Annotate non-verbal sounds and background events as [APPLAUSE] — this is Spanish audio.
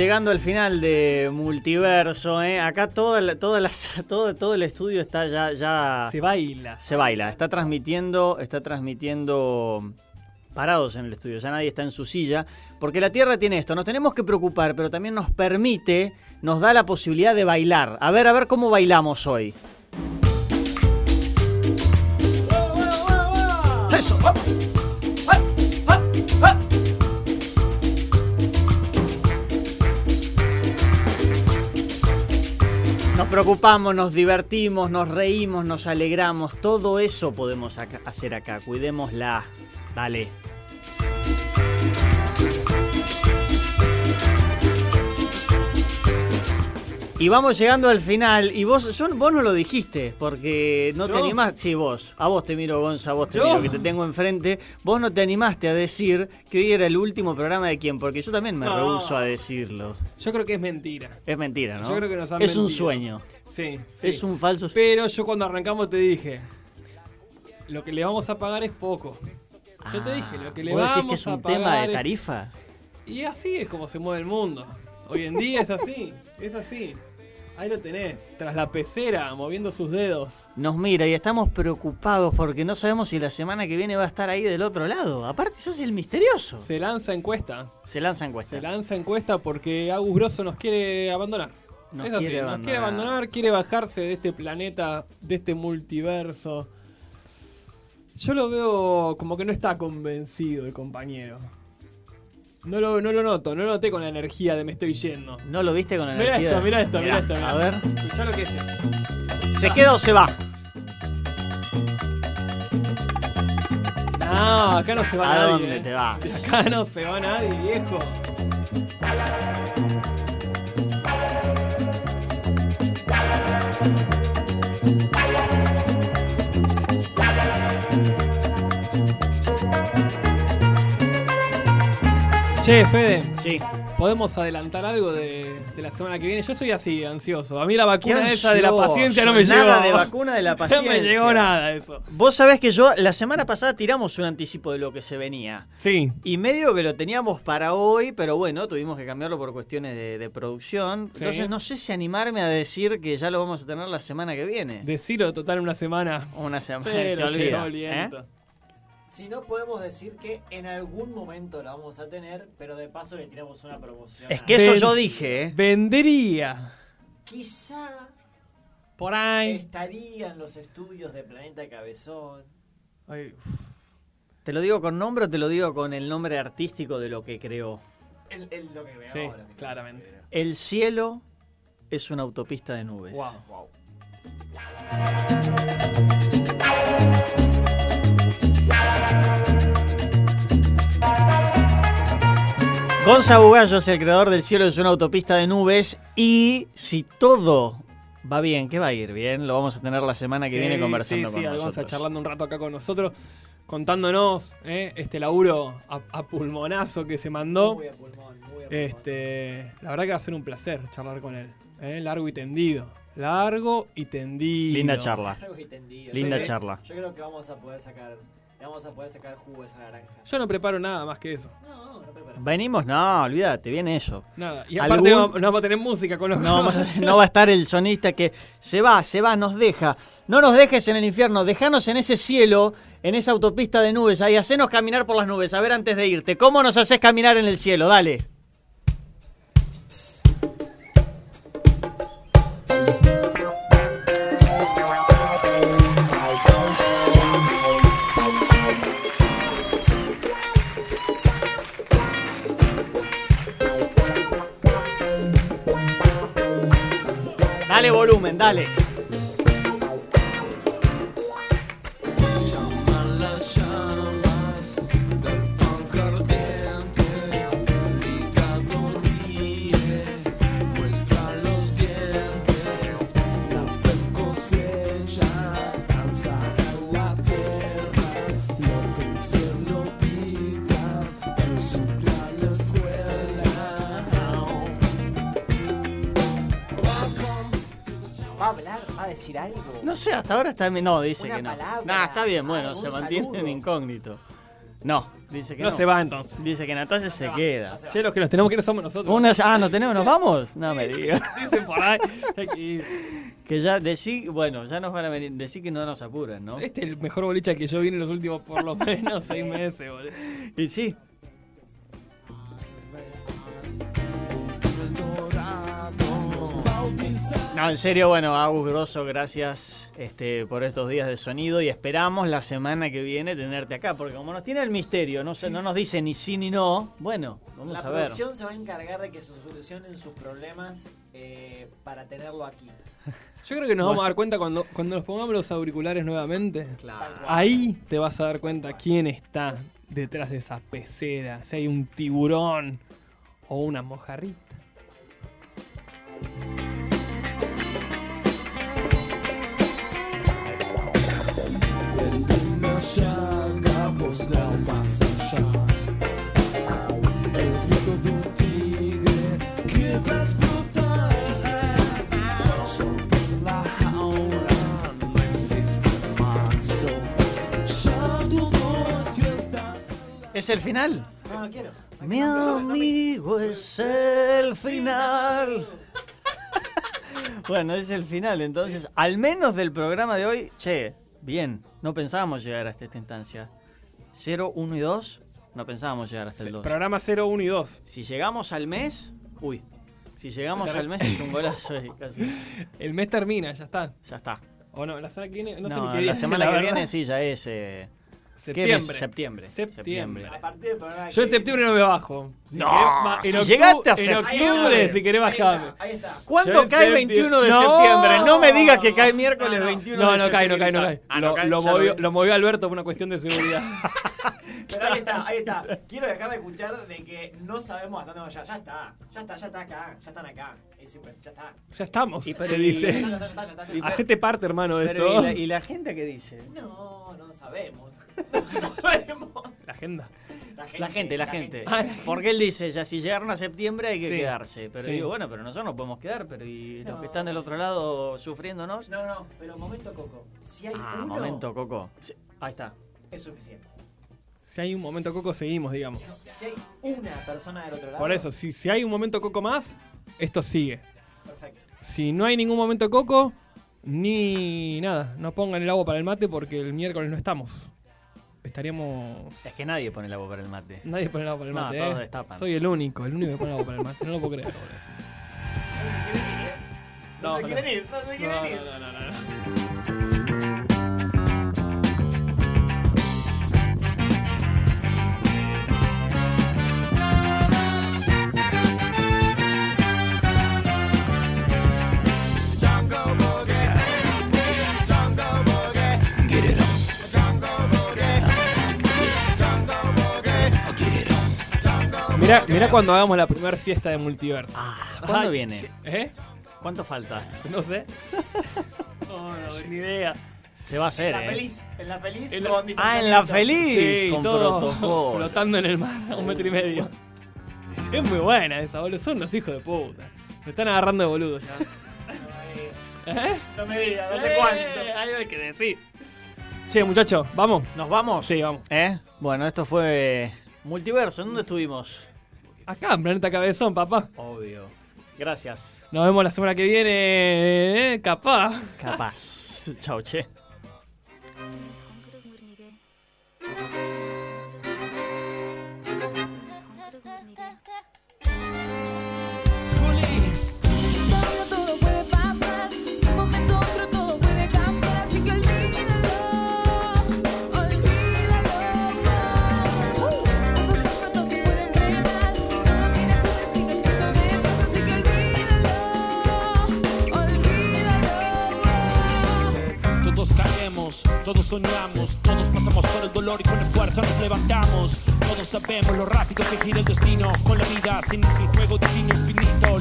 Llegando al final de Multiverso, ¿eh? acá toda la- toda la- [LAUGHS] todo, todo el estudio está ya, ya Se baila. se baila, está transmitiendo, está transmitiendo parados en el estudio, ya nadie está en su silla, porque la Tierra tiene esto, nos tenemos que preocupar, pero también nos permite, nos da la posibilidad de bailar. A ver, a ver cómo bailamos hoy. Eso. op. Op, op, op. Nos preocupamos, nos divertimos, nos reímos, nos alegramos. Todo eso podemos acá- hacer acá. Cuidémosla. Dale. Y vamos llegando al final. Y vos, yo- vos no lo dijiste, porque no te ¿Yo? animás. Sí, vos. A vos te miro, Gonza, a vos te ¿Yo? miro, que te tengo enfrente. Vos no te animaste a decir que hoy era el último programa de quién, porque yo también me No. rehuso a decirlo. Yo creo que es mentira. Es mentira, ¿no? Yo creo que nos han Es un mentido. sueño. Sí, sí. Es un falso. sueño. Pero yo cuando arrancamos te dije, lo que le vamos a pagar es poco. Yo te dije, lo que le Ah, ¿Vos vamos decís que es a un tema pagar de es- tarifa? Y así es como se mueve el mundo. Hoy en día es así, es así. Ahí lo tenés, tras la pecera, moviendo sus dedos. Nos mira y estamos preocupados porque no sabemos si la semana que viene va a estar ahí del otro lado. Aparte, sos el misterioso. Se, Se lanza encuesta, lanza encuesta. se lanza encuesta porque Agus Grosso nos quiere abandonar. Nos es así, quiere nos quiere abandonar. abandonar, quiere bajarse de este planeta, de este multiverso. Yo lo veo como que no está convencido el compañero. No lo, no lo noto, no lo noté con la energía de me estoy yendo. ¿No lo viste con la Mirá energía? esto, mirá esto, mirá esto. mirá. A ver, Escuchá lo que es esto. ¿se queda o se va? No, acá no se va ¿A nadie. dónde eh. te vas? Acá no se va nadie, viejo. Che, Fede, Sí. ¿podemos adelantar algo de, de la semana que viene? Yo soy así, ansioso. A mí la vacuna Qué esa de la ansioso, paciencia no me llegó. nada [LAUGHS] de vacuna de la No paciencia. me llegó nada eso. Vos sabés que yo la semana pasada tiramos un anticipo de lo que se venía. Sí, Y medio que lo teníamos para hoy, pero bueno, tuvimos que cambiarlo por cuestiones de, de producción. Sí. Entonces no sé si animarme a decir que ya lo vamos a tener la semana que viene. decirlo total en una semana. Una semana Pero se llegó olvida. ¿eh? lento. Si no, podemos decir que en algún momento la vamos a tener, pero de paso le tiramos una promoción. Es que eso Ven- yo dije, ¿eh? Vendería. Quizá Por ahí. estarían los estudios de Planeta Cabezón. Ay, ¿Te lo digo con nombre o te lo digo con el nombre artístico de lo que creó? El, el- lo que veo Sí, ahora. claramente. El cielo es una autopista de nubes. Wow. Wow. Gonza Bugallo es el creador del cielo es una autopista de nubes. Y si todo va bien, que va a ir bien, lo vamos a tener la semana que Sí, viene conversando sí, con sí, nosotros. vamos a charlando un rato acá con nosotros, contándonos eh, este laburo a, a pulmonazo que se mandó. Muy a pulmón, muy a pulmón. Este, la verdad que va a ser un placer charlar con él. eh, largo y tendido. Largo y tendido. Linda charla. Largo y tendido. Linda Yo- charla. Yo creo que vamos a poder sacar, le vamos a poder sacar jugo a esa naranja. Yo no preparo nada más que eso. No, no preparamos. Venimos, no, olvídate, viene eso. Nada. Y aparte ¿Algún- no, no vamos a tener música con los No, [LAUGHS] vamos [LAUGHS] a- no va a estar el sonista que se va, se va, nos deja. No nos dejes en el infierno, dejanos en ese cielo, en esa autopista de nubes, ahí hacenos caminar por las nubes. A ver, antes de irte, ¿cómo nos haces caminar en el cielo? Dale. Dale volumen, dale. Llaman las llamas del fan ardiente y gato ríe, muestra los dientes, la fe cosecha, danza en la tierra, lo que se no pita en su plan escuela. ¿Va a hablar? ¿Va a decir algo? No sé, hasta ahora está. en- No, dice Una que no. palabra, Nah, está bien, bueno, algún se mantiene saludo. en incógnito. No, dice que No no. se va entonces. Dice que Natalia se va, queda. se va. Che, los que nos tenemos que ir somos nosotros. Una- ah, ¿no tenemos? ¿Nos vamos? No me digas. Dicen por ahí. X. [LAUGHS] Que ya decí, bueno, ya nos van a venir, decí que no nos apuran, ¿no? [LAUGHS] Este es el mejor boliche que yo vi en los últimos por lo [LAUGHS] menos seis meses, boludo. Y sí, no, en serio, bueno, Agus Grosso, gracias este, por estos días de sonido y esperamos la semana que viene tenerte acá, porque como nos tiene el misterio, no, se, no nos dice ni sí ni no, bueno, vamos La a ver. producción se va a encargar de que se solucionen sus problemas eh, para tenerlo aquí. Yo creo que nos vamos a dar cuenta cuando, cuando nos pongamos los auriculares nuevamente. Claro. Ahí te vas a dar cuenta quién está detrás de esa pecera. Si hay un tiburón o una mojarrita. Una llaga posgrado más allá. El grito de un tigre que va a explotar. Somos la jaula, no existe más. Somos ya tuvimos fiesta. ¿Es el final? No, no quiero. Mi amigo es el final. Bueno, es el final, entonces, al menos del programa de hoy, che, bien, no pensábamos llegar hasta esta instancia. 0, 1 y 2, no pensábamos llegar hasta el 2. Programa 0, 1 y 2. Si llegamos al mes, uy, si llegamos al mes es un golazo, eh, casi. El mes termina, ya está. ya está. O no, la semana que viene. No, sé ni [LAUGHS] No, qué día la es, semana que verdad. viene sí ya es... eh, ¿qué Septiembre. mes? Septiembre. Septiembre. A partir del programa Yo en que- septiembre no me bajo. Si No, querés, ma- si octu- llegaste a En septiembre. octubre, si querés, Ahí bajame. está, Ahí está. ¿Cuándo Yo cae en 21 de septiembre- ¡No! septiembre? No me digas que cae miércoles 21 No, de no cae, septiembre. no cae, no cae. Ah, Lo, cae, lo ya movió, vi. lo movió Alberto por una cuestión [LAUGHS] de seguridad. Pero ahí está, ahí está. Quiero dejar de escuchar de que no sabemos hasta dónde vaya. Ya está, ya está, ya está acá, ya están acá. Es impresionante, ya está. ya estamos, Y pero y- se Ya dice. está, ya está, ya está, ya está. [LAUGHS] Hacete parte, hermano, de Pero, ¿y, esto. la, La, ¿Y la gente qué dice? No, no sabemos. [LAUGHS] No sabemos. agenda. La gente, la gente. Ah, la gente. Porque él dice, ya si llegaron a septiembre hay que Sí, quedarse. Pero sí. digo, bueno, pero nosotros nos podemos quedar, pero ¿y los No. que están del otro lado sufriéndonos? No, no, pero momento Coco. Si hay Ah, uno, momento, Coco. Sí, Ahí está. es suficiente. Si hay un momento coco, seguimos, digamos. Si hay una persona del otro lado. Por eso, si, si hay un momento coco más, esto sigue. Perfecto. Si no hay ningún momento coco, ni nada. No pongan el agua para el mate porque el miércoles no estamos. Estaríamos. Es que nadie pone la voz para el mate. Nadie pone el agua para el No, mate. todos eh. destapan. Soy el único, el único que pone el agua para el mate. No lo puedo creer. boludo. No, se No, quieren ir, no se quieren ir. no, no, no, no. Mirá, mirá cuando hagamos la primera fiesta de multiverso. Ah, ¿Cuándo Ay, viene? ¿Eh? ¿Cuánto falta? No sé. no, no, ni idea. Se va a hacer, En la ¿eh? feliz, en la feliz. En la- con mi Ah, en la casamiento. feliz. Sí, con todo protocolo. flotando en el mar a un metro y medio. Es muy buena esa, boludo. Son los hijos de puta. Me están agarrando de boludo [LAUGHS] ya. ¿Eh? No me digas, no sé Eh, cuánto. Algo hay que decir. Che, muchachos, ¿vamos? ¿Nos vamos? Sí, vamos. ¿Eh? Bueno, esto fue Multiverso. ¿En dónde estuvimos? Acá, en Planeta Cabezón, papá. Obvio. [LAUGHS] Gracias. Nos vemos la semana que viene, eh, capaz. Capaz. Chao, che. Todo, todo puede pasar, un momento a otro todo puede cambiar, así que olvídalo, olvídalo. Cosas pasan, no se pueden frenar, todo tiene su destino escrito en el vaso, así que olvídalo, olvídalo. Todos caemos, todos soñamos, todos pasamos por el dolor y con esfuerzo nos levantamos. Todos sabemos lo rápido que gira el destino con la vida, sin el juego divino infinito.